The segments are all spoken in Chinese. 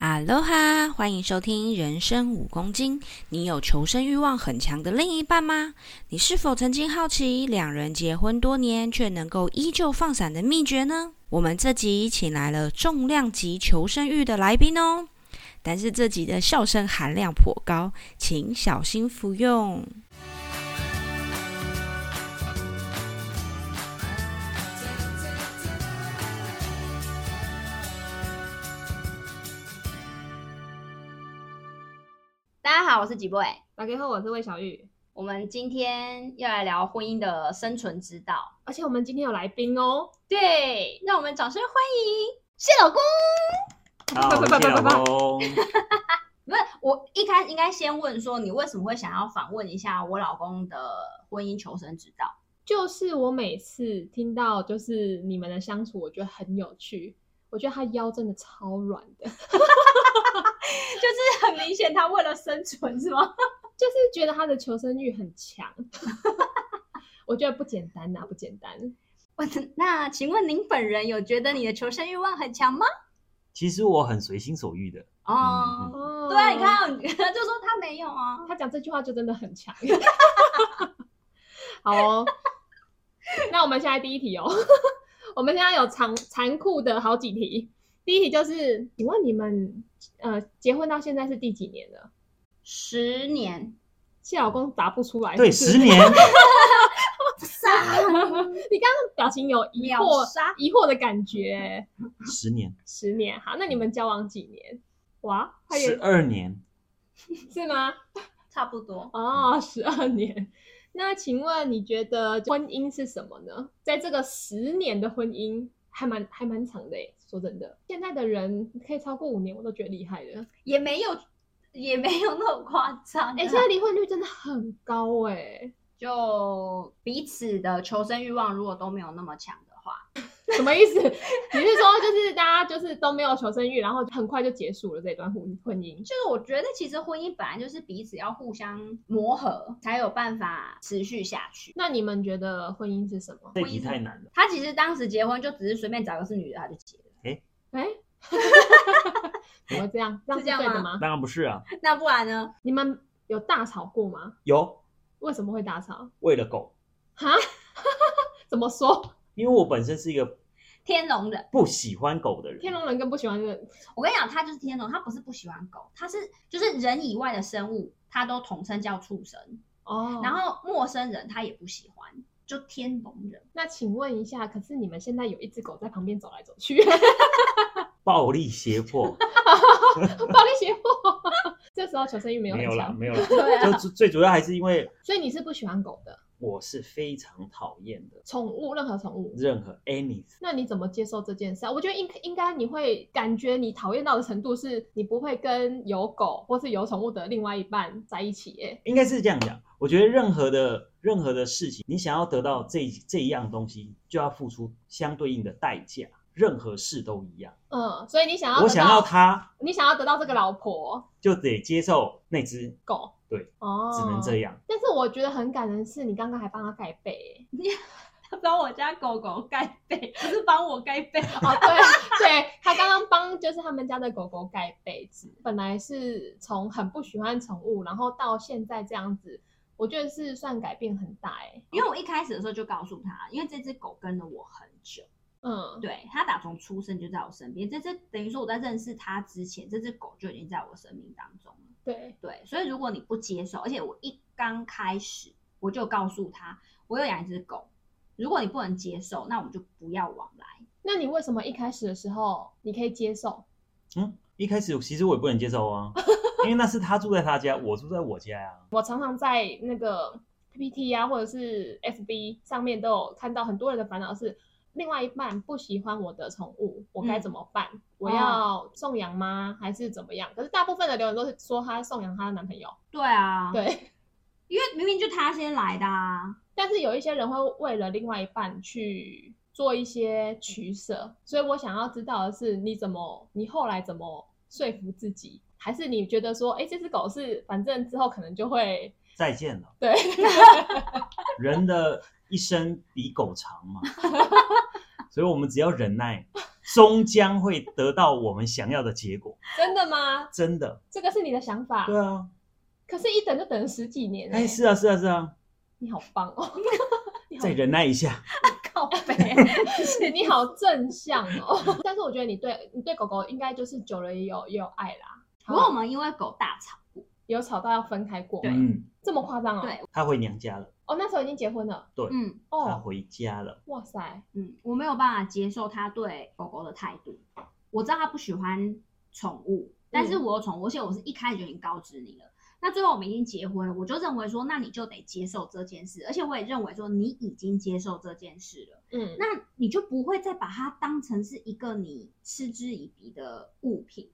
Hello 哈，欢迎收听《人生五公斤》。你有求生欲望很强的另一半吗？你是否曾经好奇，两人结婚多年却能够依旧放闪的秘诀呢？我们这集请来了重量级求生欲的来宾哦，但是这集的笑声含量颇高，请小心服用。大家好，我是吉布伟。打给后，我是魏小玉，我们今天要来聊婚姻的生存之道。而且我们今天有来宾哦，对，让我们掌声欢迎谢老公。好，我是老公。不是，我一开始应该先问说，你为什么会想要访问一下我老公的婚姻求生之道？就是我每次听到就是你们的相处，我觉得很有趣，我觉得他腰真的超软的，就是很明显，他为了生存是吗？就是觉得他的求生欲很强， 我觉得不简单啊呐、不简单。那请问您本人有觉得你的求生欲望很强吗？其实我很随心所欲的，哦、嗯哦对啊，你，看，你就说他没有啊。他讲这句话就真的很强。 好哦，那我们现在第一题哦， 我们现在有残残酷的好几题。第一题就是，请问你们呃结婚到现在是第几年了？十年，谢老公答不出来，对，是不是十年，杀你刚刚 表情有疑秒惑、杀，疑惑的感觉。十 年，十年，好，那你们交往几年？哇，快十点，二年，是吗？差不多。哦， 十二年。那请问你觉得婚姻是什么呢？在这个十年的婚姻，还蛮还蛮长的诶。说真的，现在的人可以超过五年，我都觉得厉害了。也没有，也没有那么夸张、啊。哎、现在离婚率哦真的很高哎，就彼此的求生欲望如果都没有那么强的话，什么意思？ 你是说就是大家就是都没有求生欲，然后很快就结束了这段婚婚姻？就是我觉得其实婚姻本来就是彼此要互相磨合，才有办法持续下去。那你们觉得婚姻是什么？这题太难了。他其实当时结婚就只是随便找个是女的他就结了，哎， 怎么这样？这样是这样对的吗吗？当然不是啊，那不然呢？你们有大吵过吗？有为什么会大吵？为了狗，哈， 怎么说？因为我本身是一个天龙人，不喜欢狗的人。天龙人更不喜欢人，我跟你讲，他就是天龙，他不是不喜欢狗，他是就是人以外的生物，他都统称叫畜生，哦。然后陌生人他也不喜欢，就天龙人。那请问一下，可是你们现在有一只狗在旁边走来走去， 暴力胁迫暴力胁迫， 这时候求生欲没有 没很有啦，强，没有啦。对就最最主要还是因为所以你是不喜欢狗的，我是非常讨厌的宠物任何宠物。任何 any，那你怎么接受这件事啊？我觉得应应该你会感觉你讨厌到的程度是，你不会跟有狗或是有宠物的另外一半在一起耶。应该是这样讲。我觉得任何的任何的事情，你想要得到这这一样东西，就要付出相对应的代价。任何事都一样，嗯，所以你想要我得想到要它，你想要得到这个老婆就得接受那只，狗，对，哦，只能这。样。但是我觉得很感人，是你刚刚还帮他盖被耶，他 帮我家狗狗盖被，不是帮我盖被。哦，对对，他刚刚帮就是他们家的狗狗盖被子，本来是从很不喜欢宠物，然后到现在这样子，我觉得是算改变很大哎，因为我一开始的时候就告诉他，因为这只狗跟了我很久，嗯，对它打从出生就在我身边。这只等于说我在认识它之前，这只狗就已经在我生命当中了。对，对，所以如果你不接受，而且我一刚开始我就告诉他，我有养一只狗，如果你不能接受，那我们就不要往来。那你为什么一开始的时候你可以接受？嗯，一开始其实我也不能接受啊， 因为那是他住在他家，我住在我家啊。我常常在那个 PPT 啊，或者是 FB 上面都有看到很多人的烦恼是，另外一半不喜欢我的宠物，我嗯该怎么办？我哦要送养吗？还是怎么样？可是大部分的留言都是说她送养她的男朋友，对啊，，对。因为明明就他先来的啊。但是有一些人会为了另外一半去做一些取舍，所以我想要知道的是，你怎么，你后来怎么说服自己？还是你觉得说，哎，这只狗是反正之后可能就会再见了，对， 人的一生比狗长嘛，所以我们只要忍耐，终将会得到我们想要的结果，真的吗？真的。这个是你的想法？对啊，可是，一等就等了十几年、欸。哎，是啊，是啊，是啊，你好棒 哦！你好再忍耐一下。 靠 背，你好正向哦。 但是我觉得你对你对狗狗应该就是久了也有也有爱啦。不过我们因为狗大吵过，有吵到要分开过吗，嗯，这么夸张哦？对，他回娘家了，哦，那时候已经结婚了嗯他哦。回家了。哇塞，嗯，我没有办法接受他对狗狗的态度。我知道他不喜欢宠物，但是我有宠物，而且我是一开始就已经告知你了。那最后我们已经结婚了，我就认为说，那你就得接受这件事，而且我也认为说你已经接受这件事了，嗯，那你就不会再把它当成是一个你嗤之以鼻的物品。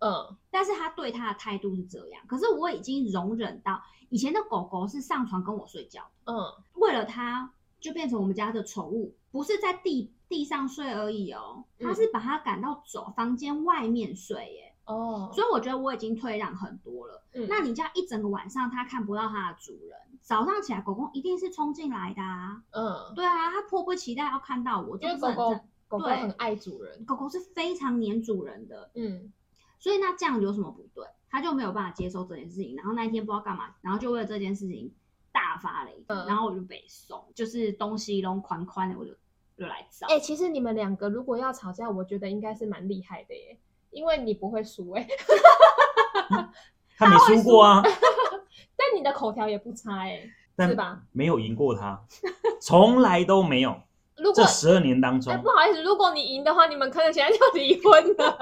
嗯，但是他对他的态度是这样，可是我已经容忍到以前的狗狗是上床跟我睡觉，嗯，为了它就变成我们家的宠物，不是在地地上睡而已哦，嗯它是把它赶到走房间外面睡耶。哦，所以我觉得我已经退让很多了。嗯那你这样一整个晚上它看不到它的主人，早上起来狗狗一定是冲进来的啊。嗯，对啊，它迫不及待要看到我，因这为不狗是狗很狗狗对很爱主人正，狗狗是非常黏主人的，嗯，所以那这样有什么不对？他就没有办法接受这件事情，然后那一天不知道干嘛，然后就为了这件事情大发雷霆，嗯然后我就被送，就是东西拢宽宽的，我就就来找。哎、其实你们两个如果要吵架，我觉得应该是蛮厉害的耶，因为你不会输哎， 他没输过啊，但你的口条也不差哎，但是吧？没有赢过他，从来都没有。 如果这十二年当中哎、，不好意思，如果你赢的话，你们可能现在就离婚了。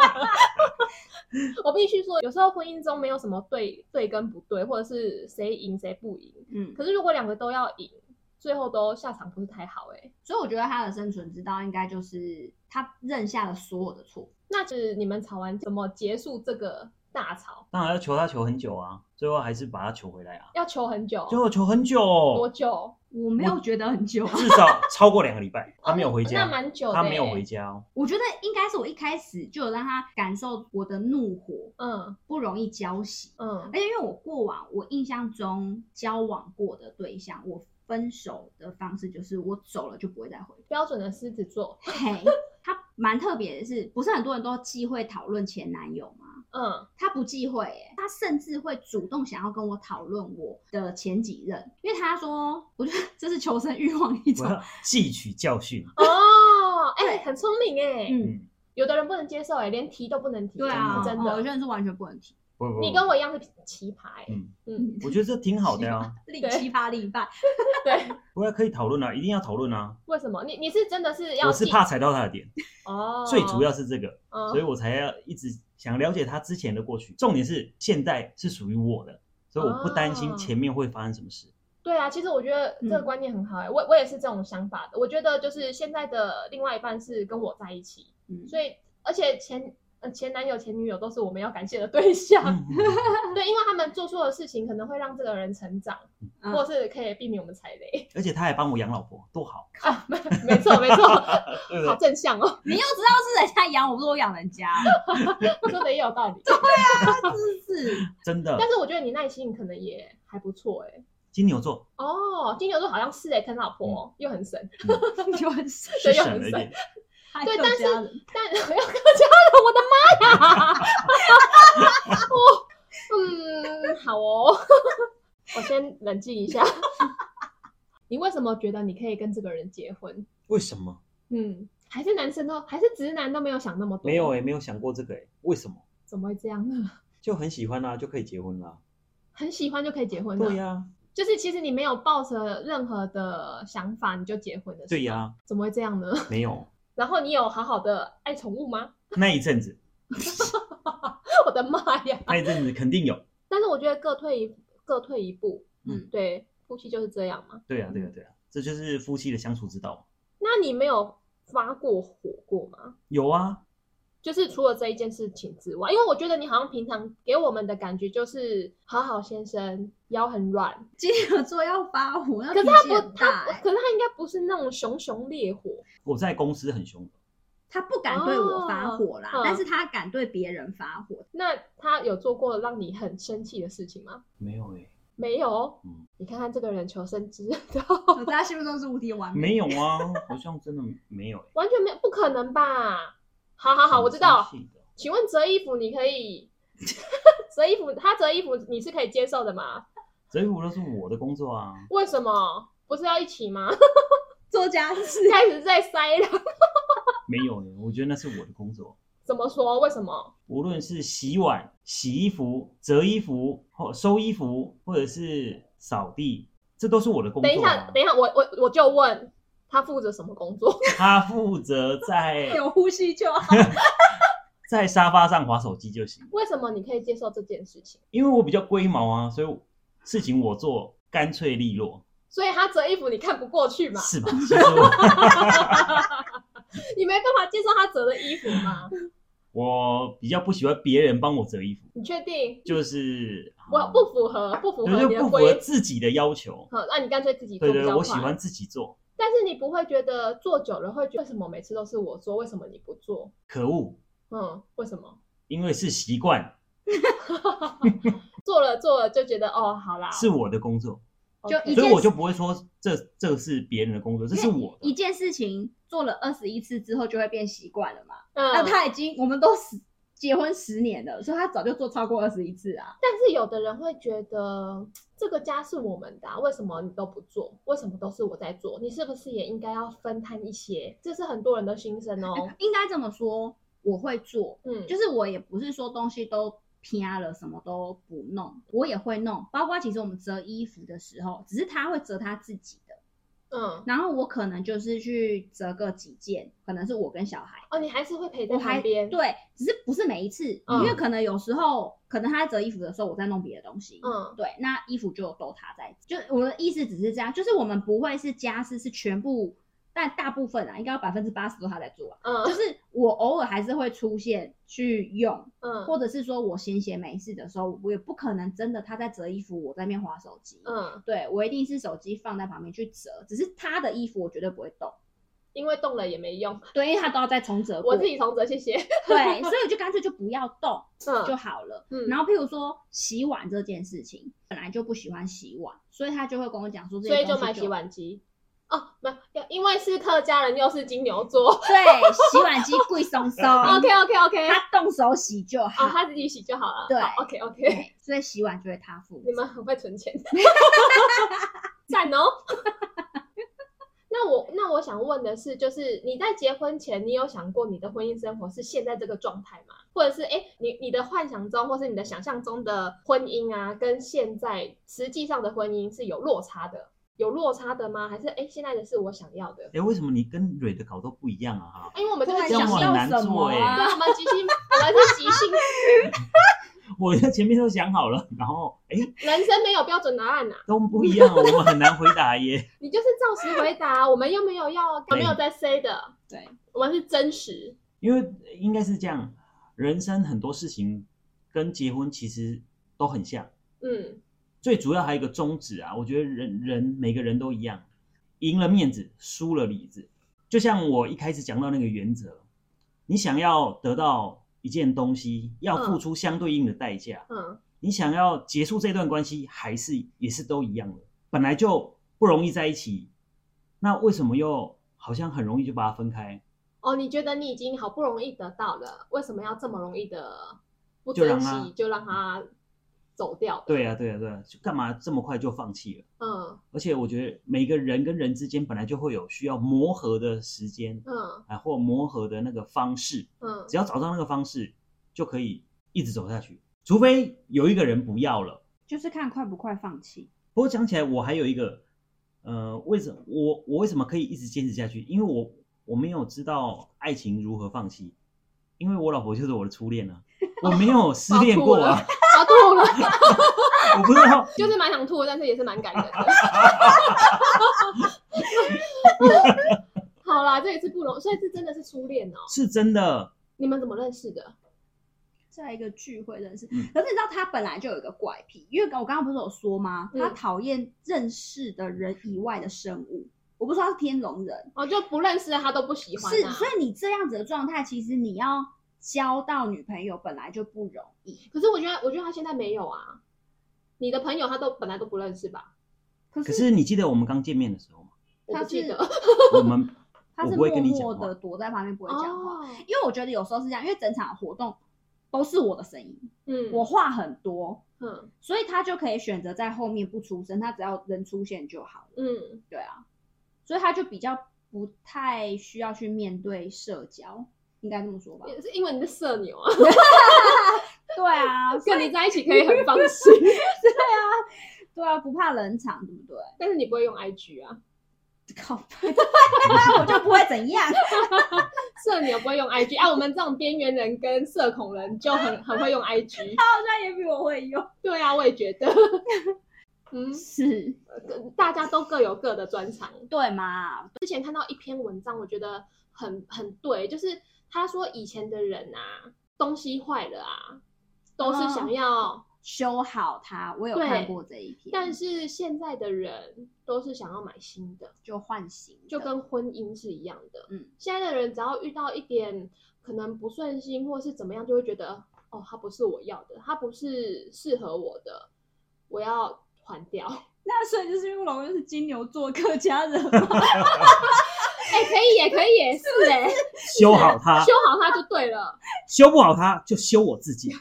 我必须说，有时候婚姻中没有什么对对跟不对，或者是谁赢谁不赢。嗯，可是如果两个都要赢，最后都下场不是太好哎、所以我觉得他的生存之道应该就是他认下了所有的错，那就是你们吵完怎么结束这个大吵？当然要求他求很久啊，最后还是把他求回来啊，要求很久，最后求很久多哦，久？我没有觉得很久啊，至少超过两个 礼拜，他没有回哦那家那，蛮久的、他没有回。家哦。我觉得应该是我一开始就有让他感受我的怒火嗯不容易浇熄，而嗯且因为我过往我印象中交往过的对象，我分手的方式就是我走了就不会再回。标准的狮子座。嘿，他蛮特别的是，不是很多人都忌讳讨论前男友吗？ 嗯，他不忌讳、耶，他甚至会主动想要跟我讨论我的前几任，因为他说，我觉得这是求生欲望一我种。要汲取教训，啊哦，哎、很聪明哎、嗯，嗯，有的人不能接受哎、连提都不能提，对啊，真哦有的。些人是完全不能提，不不，你不跟我一样是奇葩、欸，嗯，嗯，我觉得这挺好 的啊，另对奇葩另一半。对，不过可以讨论啊，一定要讨论啊。为什么？你你是真的是要我是记怕踩到他的点，哦，最主要是这个，嗯，所以我才要一直想了解他之前的过去。重点是现在是属于我的，所以我不担心哦前面会发生什么事。对啊，其实我觉得嗯这个观念很好哎、我我也是这种想法的。我觉得就是现在的另外一半是跟我在一起，嗯，所以而且前呃前男友前女友都是我们要感谢的对象，嗯嗯 嗯对，因为他们做错的事情可能会让这个人成长，嗯或是可以避免我们踩雷 而且他还帮我养老婆，多好，啊，没没错没错， 对不好对？正向 哦，你又知道是人家养我，不是我养人家，说的也有道理。嗯是不 是？真的但，是我觉得你耐心可能也还不错哎、金牛座哦，金牛座好像是哎、欸，疼老嗯婆、又很神，就很是 对是又省很了神一点，，对但是是但我要客家人，我的妈呀！我嗯，好哦， 我先冷静一下。 你为什么觉得你可以跟这个人结婚？为什么？嗯，还是男生都还是直男都没有想那么多？没有哎、没有想过这个哎、为什么？怎么会这样呢？就很喜欢啦、啊就可以结婚啦、很喜欢就可以结婚了？啊对呀、就是其实你没有抱着任何的想法你就结婚了，对呀、是吗怎么会这样呢？ 没有然后你有好好的爱宠物吗？ 那一阵子，我的妈呀！那一阵子肯定有。但是我觉得各退一各退一步，嗯对，夫妻就是这样嘛。对啊呀、对呀、对呀、这就是夫妻的相处之道。那你没有发过火过吗？有啊，就是除了这一件事情之外，因为我觉得你好像平常给我们的感觉就是好好先生腰很软，金牛座要发火，可可是他不不他大不欸，可是他应该不是那种熊熊烈火我在公司很凶，他不敢对我发火啦哦，但是他敢对别人发火， 那他有做过让你很生气的事情吗？没有哎、没有，哦嗯你看看这个人求生之道， 我在他心目中是无敌完美。没有啊，好像真的没有哎、完全没有，不可能吧？好 好好，我知道。生气的请问折衣服你可以 折衣服？他折衣服你是可以接受的吗？折衣服都是我的工作啊，为什么？不是要一起吗？ 做家事，开始在塞了，没有呢，我觉得那是我的工作。怎么说？为什么？无论是洗碗、洗衣服、折衣服、或收衣服，或者是扫地，这都是我的工作、等一啊。下，等一下，我我我就问他负责什么工作？他负责在 有呼吸就好。在沙发上划手机就行，为什么你可以接受这件事情？因为我比较龟毛啊，所以事情我做干脆利落，所以他折衣服你看不过去嘛？是吧？ 其实我你没办法接受他折的衣服 吗？我比较不喜欢别人帮我折衣服，你确定？就是我不符合，不符合对就你的不符合规。自己的要求。好，那你干脆自己做对比对，较我喜快。欢自己做。但是你不会觉得做久了会觉得为什么每次都是我做，为什么你不做？可恶，嗯，为什么？因为是习惯，做了做了就觉得哦，好啦，是我的工作， OK 就一所件以我就不会说这这是别人的工作，这是我一的。件事情做了二十一次之后，就会变习惯了嘛。那嗯，他已经，我们都十结婚十年了，所以他早就做超过二十一次啊。但是有的人会觉得这个家是我们的啊、为什么你都不做？为什么都是我在做？你是不是也应该要分摊一些？这是很多人的心声哦。应该这么说，我会做，嗯，哎就是我也不是说东西都偏了，什么都不弄，我也会弄。包括其实我们折衣服的时候，只是他会折他自己的，嗯，然后我可能就是去折个几件，可能是我跟小孩。哦，你还是会陪在我还旁边。对，只是不是每一次，嗯因为可能有时候，可能他在折衣服的时候，我在弄别的东西，嗯，对，那衣服就都他在，就我的意思只是这样，就是我们不会是家事是全部，但大部分啊，应该有百分之八十都他在做 啊。就嗯是我偶尔还是会出现去用，嗯或者是说我闲闲没事的时候，我也不可能真的他在折衣服，我在那边划手机。嗯，对我一定是手机放在旁边去折，只是他的衣服我绝对不会动，因为动了也没用，对，因为他都要再重折过。我自己重折，谢谢。对，所以我就干脆就不要动就嗯好了。嗯，然后，譬如说洗碗这件事情，本来就不喜欢洗碗，所以他就会跟我讲说这些所以就东西买洗碗机。哦，没有，因为是客家人，又是金牛座。对，洗碗机贵松 松， OK OK OK，他动手洗就哦，好。他自己洗就好了。对，OK OK，对，所以洗碗就会他付。你们很会存钱，赞哦。那我那我想问的是，就是你在结婚前，你有想过你的婚姻生活是现在这个状态吗？或者是哎，诶你你的幻想中，或是你的想象中的婚姻啊，跟现在实际上的婚姻是有落差的，有落差的吗？还是哎，诶现在的是我想要的？哎，为什么你跟蕊的搞都不一样啊？哈，因为我们就是这样想我要很，难做想要什么啊对，哎。我们即兴，我们是即兴，我在前面都想好了，然后哎人生没有标准答案呐、啊都不一样，我们很难回答耶。 你就是照实回答，我们又没有要，我对没有在 say 的，对，我们是真实。因为应该是这样，人生很多事情跟结婚其实都很像，嗯最主要还有一个宗旨啊，我觉得人人每个人都一样，赢了面子，输了里子。就像我一开始讲到那个原则，你想要得到一件东西，要付出相对应的代价。嗯你想要结束这段关系，还是也是都一样的，本来就不容易在一起，那为什么又好像很容易就把它分开，哦，你觉得你已经好不容易得到了，为什么要这么容易的不就珍让他惜就让他走掉？对啊，对啊，对啊，就干嘛这么快就放弃了？嗯而且我觉得每个人跟人之间本来就会有需要磨合的时间，嗯啊，或磨合的那个方式，嗯只要找到那个方式，就可以一直走下去，除非有一个人不要了。就是看快不快放弃。不过讲起来，我还有一个，呃，为什么我我为什么可以一直坚持下去？因为我我没有知道爱情如何放弃，因为我老婆就是我的初恋啊，我 没有失恋过啊，啊，吐了， 我不知道，就是蛮想吐，但是也是蛮感人的。 好啦，这也是不容，所以这真的是初恋哦。是真的，你们怎么认识的？在一个聚会认识，嗯可是你知道他本来就有一个怪癖，因为我刚刚不是有说吗？嗯他讨厌认识的人以外的生物。我不说他是天龙人，哦，就不认识的他都不喜欢、啊。是，所以你这样子的状态，其实你要交到女朋友本来就不容易。可是我觉得，我觉得他现在没有啊。你的朋友他都本来都不认识吧？可可是是你记得我们刚见面的时候吗？我他不记是得， 我们他是我不会默跟你讲话默的躲在旁边不会讲话，哦，因为我觉得有时候是这样，因为整场活动都是我的声音，嗯，我话很多，嗯所以他就可以选择在后面不出声，他只要人出现就好了。嗯，对啊，所以他就比较不太需要去面对社交，应该这么说吧？也是因为你是社牛啊，对啊，所跟以你在一起 可以很放 心， 对啊，不怕冷场，对不对？ 但是你不会用 IG 啊，靠背，对啊，我就不会怎样。 社牛不会用 IG 啊，我们这种边缘人跟社恐人就 很很会用 IG，他好像也比我会用。对啊，我也觉得， 嗯，是，大家都各有各的专长。对嘛？之前看到一篇文章，我觉得很很对，就是他说以前的人啊，东西坏了啊，都是想要，修好它，我有看对过这一篇，但是现在的人都是想要买新的，就换型的，就跟婚姻是一样的。嗯，现在的人只要遇到一点可能不顺心或是怎么样，就会觉得哦，他不是我要的，他不是适合我的，我要还掉。 那所以就是因为我老公是金牛座客家人嘛，哎、可以耶，可以耶，是哎，修好 它修，好它就对了。修不好它就修我自己。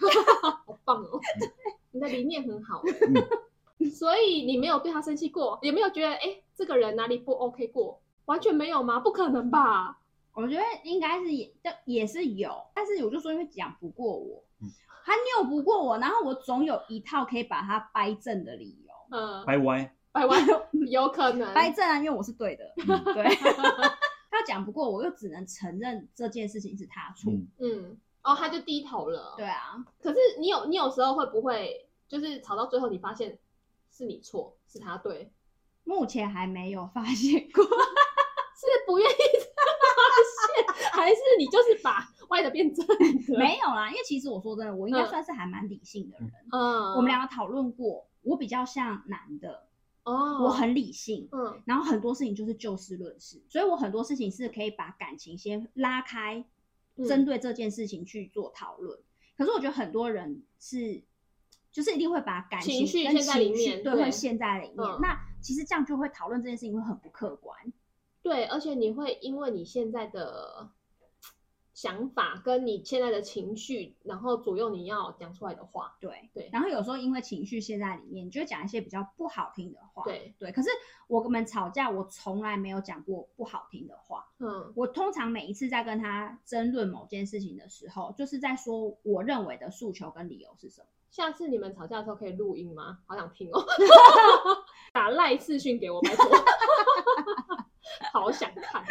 好棒哦！ 你的理念很好、嗯所以你没有对他生气过，也没有觉得哎、诶这个人哪里不 OK 过，完全没有吗？不可能吧？ 我觉得应该是也但也是有，但是我就说因为讲不过我嗯，他拗不过我，然后我总有一套可以把他掰正的理由。呃，歪歪，百万 有可能，掰正啊，因为我是对 的，嗯 对。他讲不过我，又只能承认这件事情是他错。嗯，嗯，哦，他就低头了。对，啊，可是你有你有时候会不会就是吵到最后，你发现是你错，是他对，目前还没有发现过。是不愿意发现，还是你就是把歪的变正的？，没有啦，因为其实我说真的，我应该嗯算是还蛮理性的人。嗯，我们两个讨论过，我比较像男的，哦，我很理性，嗯然后很多事情就是就事论事，所以我很多事情是可以把感情先拉开，嗯针对这件事情去做讨论。可是我觉得很多人是，就是一定会把感情情绪跟陷在里情绪面对对会陷在里面。嗯那其实这样就会讨论这件事情会很不客观。对，而且你会因为你现在的想法跟你现在的情绪，然后左右你要讲出来的话。对对然后有时候因为情绪陷在里面，你就会讲一些比较不好听的话。对，对，可是我们吵架，我从来没有讲过不好听的话。嗯我通常每一次在跟他争论某件事情的时候，就是在说我认为的诉求跟理由是什么。下次你们吵架的时候可以录音吗？好想听 哦，打赖视讯给我，拜托， 好想看啊、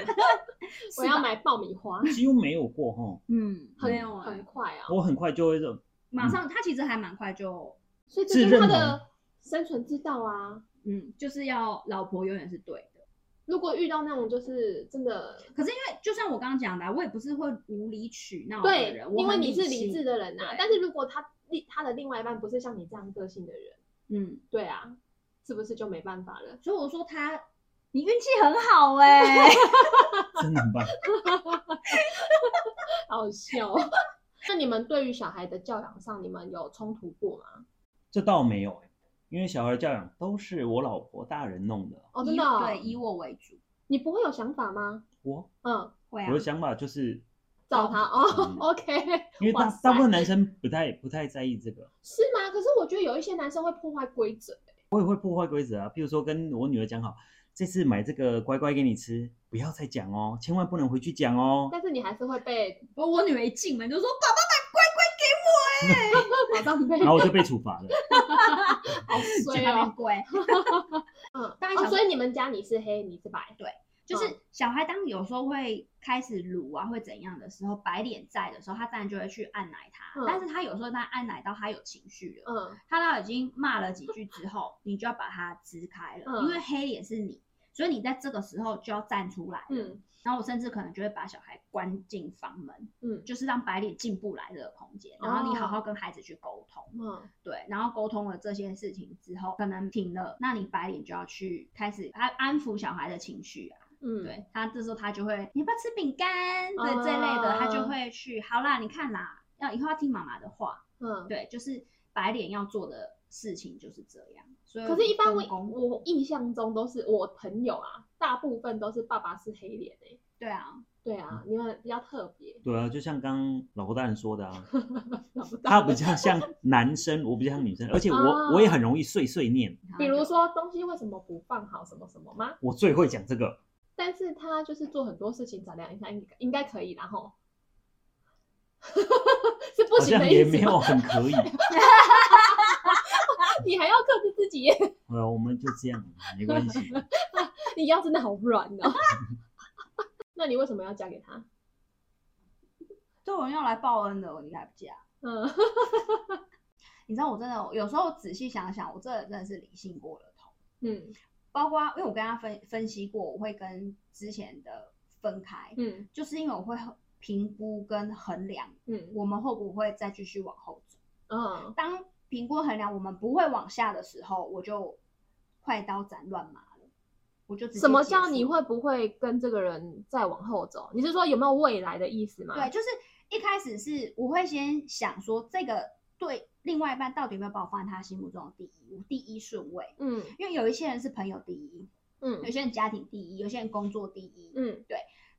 我要买爆米花，几乎没有过哈。嗯，很没有哎、很快啊，我很快就会这种马上他其实还蛮快就，所以这自就是他认的生存之道啊。嗯，就是要老婆永远是对的。如果遇到那种就是真的，可是因为就像我刚刚讲的啊、我也不是会无理取闹的对人，，我因为很你是理理智性，的人啊对，但是如果他另他的另外一半不是像你这样个性的人。嗯，对啊，是不是就没办法了？所以我说他，你运气很好 哎、哦真的很棒。好笑哦。 那你们对于小孩的教养上，你们有冲突过吗？这倒没有、欸，因为小孩教养都是我老婆大人弄的。哦，真以的哦、对，以我为主，你不会有想法吗？我嗯，会啊我的，想法就是，找他哦、 嗯 o k 因为哇大塞大部分男生不太不太在意这个，是吗？可是我觉得有一些男生会破坏规则，我也会破坏规则啊。譬如说跟我女儿讲好，这次买这个乖乖给你吃，不要再讲哦，千万不能回去 讲哦。但是你还是会 被我我女儿一进门就说爸爸买乖乖给我。马上被然后我就被处罚了。 好去衰那边哦。跪。嗯，当然小哦所以你们家你是黑，你是白，嗯就是小孩当有时候会开始撸啊，会怎样的时候，白脸在的时候，他当然就会去按奶他。嗯但是他有时候他按奶到他有情绪了，嗯他到已经骂了几句之后，你就要把他支开了，嗯因为黑脸是你，所以你在这个时候就要站出来。嗯然后我甚至可能就会把小孩关进房门，嗯就是让白脸进不来这个空间，然后你哦好好跟孩子去沟通。嗯，对，然后沟通了这些事情之后，可能停了，那你白脸就要去开始安安抚小孩的情绪啊。嗯，对他这时候他就会，你要不要吃饼干？对、这类的，他就啊会去，好啦，你看啦，要以后要听妈妈的话。嗯。对，就是白脸要做的事情就是这样。所以可是，一般我我公公我印象中都是我朋友啊，大部分都是爸爸是黑脸诶、对啊，对啊，嗯你们比较特 别，对啊，就像刚刚老郭大人说的啊，找 不到他比较像男生，我比较像女生，而且我哦我也很容易碎碎念，比如说东西为什么不放好什么什么吗？我最会讲这个。但是他就是做很多事情，找量一下应该应该可以啦吼， 是不好行像的也意思没有吗？ 很可以。 你还要克制自己耶， 好了，我们就这样，没关系。你腰真的好软哦。 那你为什么要嫁给他？都有人要来报恩的，你还不嫁？嗯，你知道我真的有时候仔细想想，我这人真的是理性过了头。嗯包括因为我跟他分分析过，我会跟之前的分开，嗯就是因为我会评估跟衡量嗯我们会不会再继续往后走。嗯当评估衡量我们不会往下的时候，我就快刀斩乱麻了，我就直接什么结束叫你会不会跟这个人再往后走？你是说有没有未来的意思吗？对，，就是一开始是我会先想说这个对另外一半到底有没有把我放在他心目中的第一第一顺位，嗯因为有一些人是朋友第一，有嗯些人家庭第一，有些人工作第一。嗯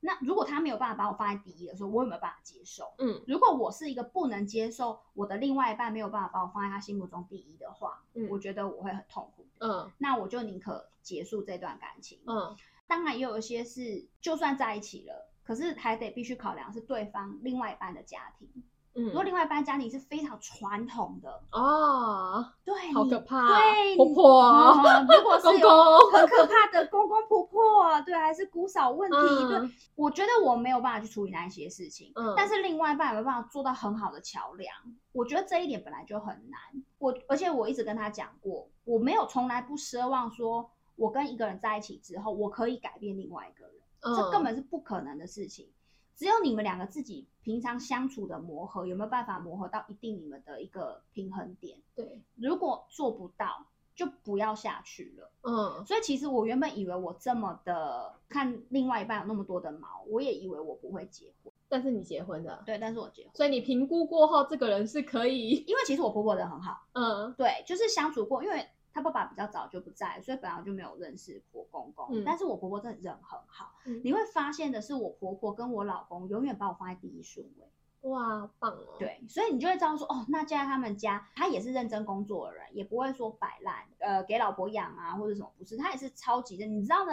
那如果他没有办法把我放在第一的时候，我有没有办法接受？嗯如果我是一个不能接受我的另外一半没有办法把我放在他心目中第一的话，嗯我觉得我会很痛苦的。嗯那我就宁可结束这段感情。嗯当然也有一些是，就算在一起了，可是还得必须考量是对方另外一半的家庭。如果嗯，另外一半家庭是非常传统的，哦，对，好你可怕，对婆婆，嗯 如果是公有公，很可怕的公公婆婆，对，还是姑嫂问题，对嗯，我觉得我没有办法去处理那一些事情，嗯但是另外一半有没有办法做到很好的桥梁？我觉得这一点本来就很难。我而且我一直跟他讲过，我没有从来不奢望说，我跟一个人在一起之后，我可以改变另外一个人，嗯这根本是不可能的事情。只有你们两个自己平常相处的磨合，有没有办法磨合到一定你们的一个平衡点？对，如果做不到，就不要下去了。嗯所以其实我原本以为我这么的看另外一半有那么多的毛，我也以为我不会结婚，，但是你结婚的，对，但是我结婚，所以你评估过后，这个人是可以，因为其实我婆婆人很好，嗯对，就是相处过，因为她爸爸比较早就不在，所以本来就没有认识我公公，嗯但是我婆婆真的人很好，嗯你会发现的是我婆婆跟我老公永远把我放在第一顺位，哇，好棒哦，，对，所以你就会知道说，哦，那嫁在他们家，他也是认真工作的人，也不会说摆烂，呃，给老婆养啊或者什么，不是，他也是超级的，你知道呢，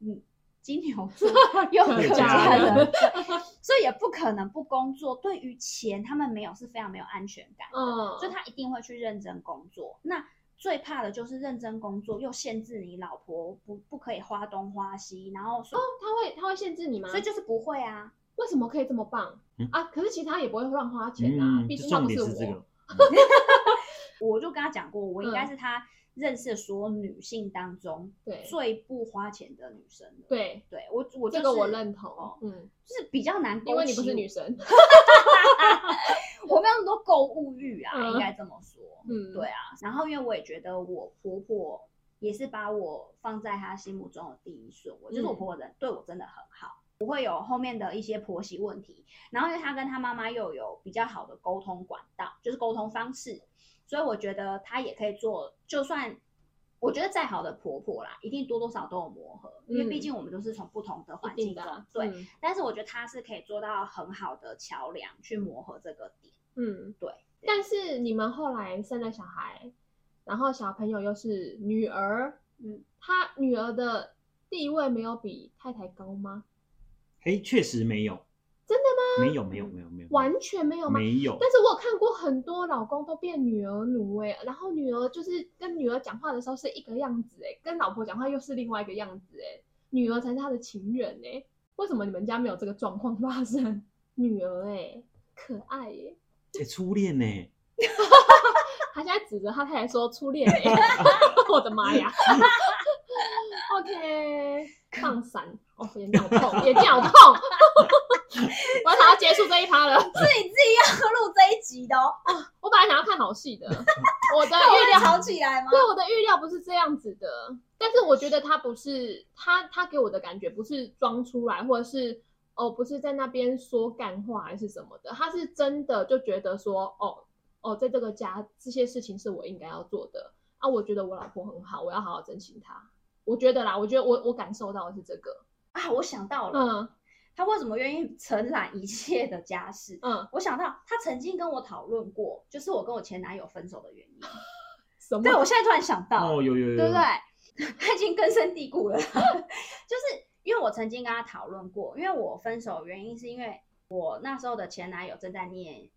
嗯，金牛座又可可嫁嫁人，人对所以也不可能不工作。对于钱，他们没有是非常没有安全感，嗯，所以他一定会去认真工作。那最怕的就是认真工作又限制你老婆不不可以花东花西，然后说，他会他会限制你吗？所以就是不会啊，为什么可以这么棒嗯啊？可是其实他也不会乱花钱啊，嗯，毕就竟他重不点我，是这个，我就跟他讲过，我应该嗯是他认识的所有女性当中对最不花钱的女生了。，对，对我我、就是、这个我认同哦，嗯，就是比较难勾起，因为你不是女，生，我没有那么多购物欲啊，嗯应该这么说。嗯，对啊，然后因为我也觉得我婆婆也是把我放在她心目中的第一顺位，就是我嗯婆婆人对我真的很好，不会有后面的一些婆媳问题。然后因为她跟她妈妈又有比较好的沟通管道，就是沟通方式，所以我觉得她也可以做，就算。我觉得再好的婆婆啦，一定多多少少都有磨合，因为毕嗯竟我们都是从不同的环一境定的中，啊，对。嗯但是我觉得她是可以做到很好的桥梁去磨合这个 点，嗯，对。但是你们后来生了小孩，然后小朋友又是女儿，嗯，他女儿的地位没有比太太高吗？哎，确实没有，真的吗？没有，没有，没有，没有，完全没有吗？没有。但是我有看过很多老公都变女儿奴哎、然后女儿就是跟女儿讲话的时候是一个样子哎、跟老婆讲话又是另外一个样子哎、女儿才是他的情人哎、为什么你们家没有这个状况发生？ 女儿哎、可爱耶、哎，初恋呢？他现在指着他太太说初恋哎、 我的妈呀 ！OK，放闪哦，眼睛好痛，眼睛好痛， 我想要结束这一趴了。是你自己要录这一集 的哦。我本来想要看好戏的，我的那我预料会吵起来吗？对，我的预料不是这样子的，但是我觉得他不是他他给我的感觉不是装出来，或者是哦不是在那边说干话还是什么的，他是真的就觉得说哦哦在这个家这些事情是我应该要做的啊，我觉得我老婆很好，我要好好珍惜她。我觉得啦，我觉得我我感受到的是这个，啊，我想到了，嗯他为什么愿意承揽一切的家事？嗯，我想到他曾经跟我讨论过，就是我跟我前男友分手的原因。什么？对，我现在突然想到，哦，有有有有，对不对？ 他已经根深蒂固了， 就是因为我曾经跟他讨论过，因为我分手的原因是因为我那时候的前男友正在念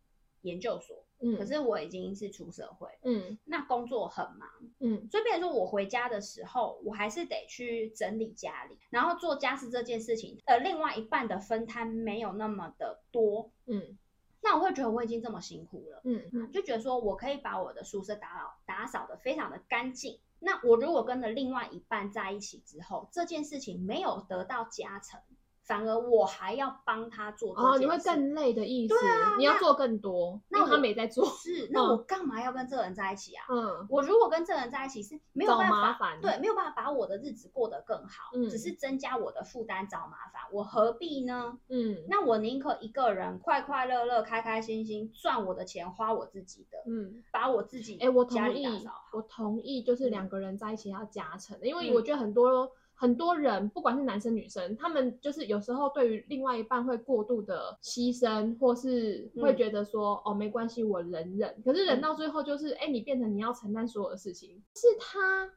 研究所，嗯，可是我已经是出社会，嗯那工作很忙，嗯所以变成说我回家的时候，我还是得去整理家里，然后做家事这件事情，呃，另外一半的分摊没有那么的多，嗯那我会觉得我已经这么辛苦了。嗯嗯就觉得说我可以把我的宿舍打扫打扫的非常的干净。那我如果跟了另外一半在一起之后，这件事情没有得到加成，反而我还要帮他做这件事，哦，你会更累的意思，对啊你要做更多，那因为他我没在做，是，那我干嘛要跟这个人在一起啊？嗯我如果跟这个人在一起是没有找办麻法，烦对，没有办法把我的日子过得更好，嗯只是增加我的负担，找麻烦，我何必呢？嗯那我宁可一个人快快乐乐、开开心心赚我的钱，花我自己的，嗯，把我自己哎、我家同里意打扫好，。我同意，就是嗯两个人在一起要加成的，因为嗯我觉得很多、很多人，不管是男生女生，他们就是有时候对于另外一半会过度的牺牲，或是会嗯觉得说、哦没关系，我忍忍。可是忍嗯到最后就是，哎、你变成你要承担所有的事情，是他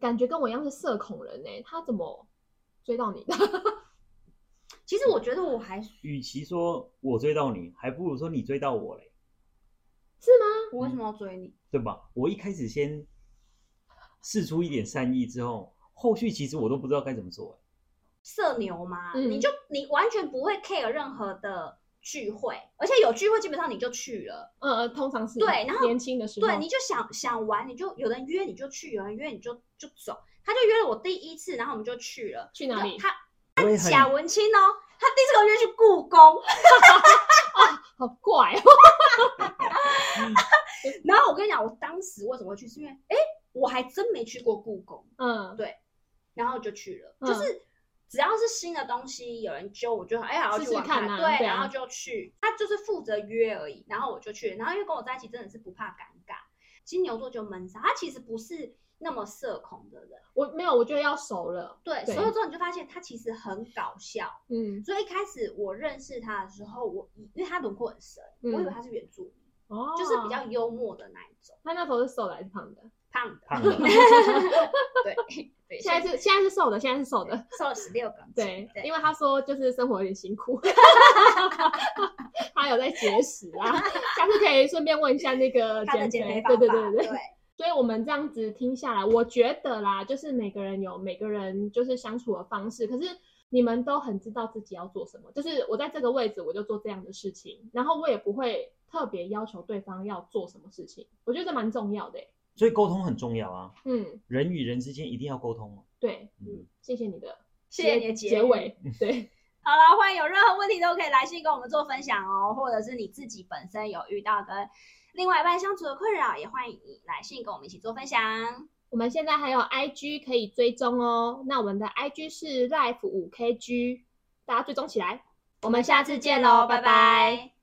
感觉跟我一样是社恐人哎、他怎么追到你的？ 其实我觉得我还与其说我追到你，还不如说你追到我嘞，是吗？我为什么要追你？对吧？我一开始先试出一点善意之后，后续其实我都不知道该怎么做。社牛吗？嗯你就你完全不会 care 任何的聚会，而且有聚会基本上你就去了，呃，通常是哦对然后年轻的时候，对，你就想想玩，你就有人约你就去，有人约你就就走。他就约了我第一次，然后我们就去了。去哪里他我也很贾文清哦，他第一次跟我约去故宫，好怪哦， 然后我跟你讲，我当时为什么会去，是因为哎，我还真没去过故宫，嗯，然后就去了，嗯就是。只要是新的东西，有人揪我就哎，好要去玩试试看啊对，对啊然后就去。他就是负责约而已，然后我就去了。然后因为跟我在一起真的是不怕尴尬，金牛座就闷骚，他其实不是那么社恐的人，我没有，我觉得要熟了，对。对所以之后你就发现他其实很搞笑。嗯，所以一开始我认识他的时候，我以因为他轮廓很深，嗯我以为他是原住民，哦，就是比较幽默的那一种，他那时候是瘦的还是胖的？胖的，胖的 对对。现在是现在是瘦的，现在是瘦的。瘦了十六公斤，对，对因为他说就是生活有点 辛苦，他有在节食啊，下次可以顺便问一下那个他的减减肥肥，方法，对对对对。对所以我们这样子听下来，我觉得啦，就是每个人有每个人就是相处的方式，可是你们都很知道自己要做什么。就是我在这个位置，我就做这样的事情，然后我也不会特别要求对方要做什么事情，我觉得这蛮重要的欸、所以沟通很重要啊，嗯，人与人之间一定要沟通哦。对，嗯，谢谢你的谢谢你的结结语尾， 对。好啦，欢迎有任何问题都可以来信跟我们做分享哦，或者是你自己本身有遇到跟另外一半相处的困扰，也欢迎你来信跟我们一起做分享。我们现在还有 IG 可以追踪哦。那我们的 IG 是 life 五 KG，大家追踪起来。我们下次见喽，拜拜。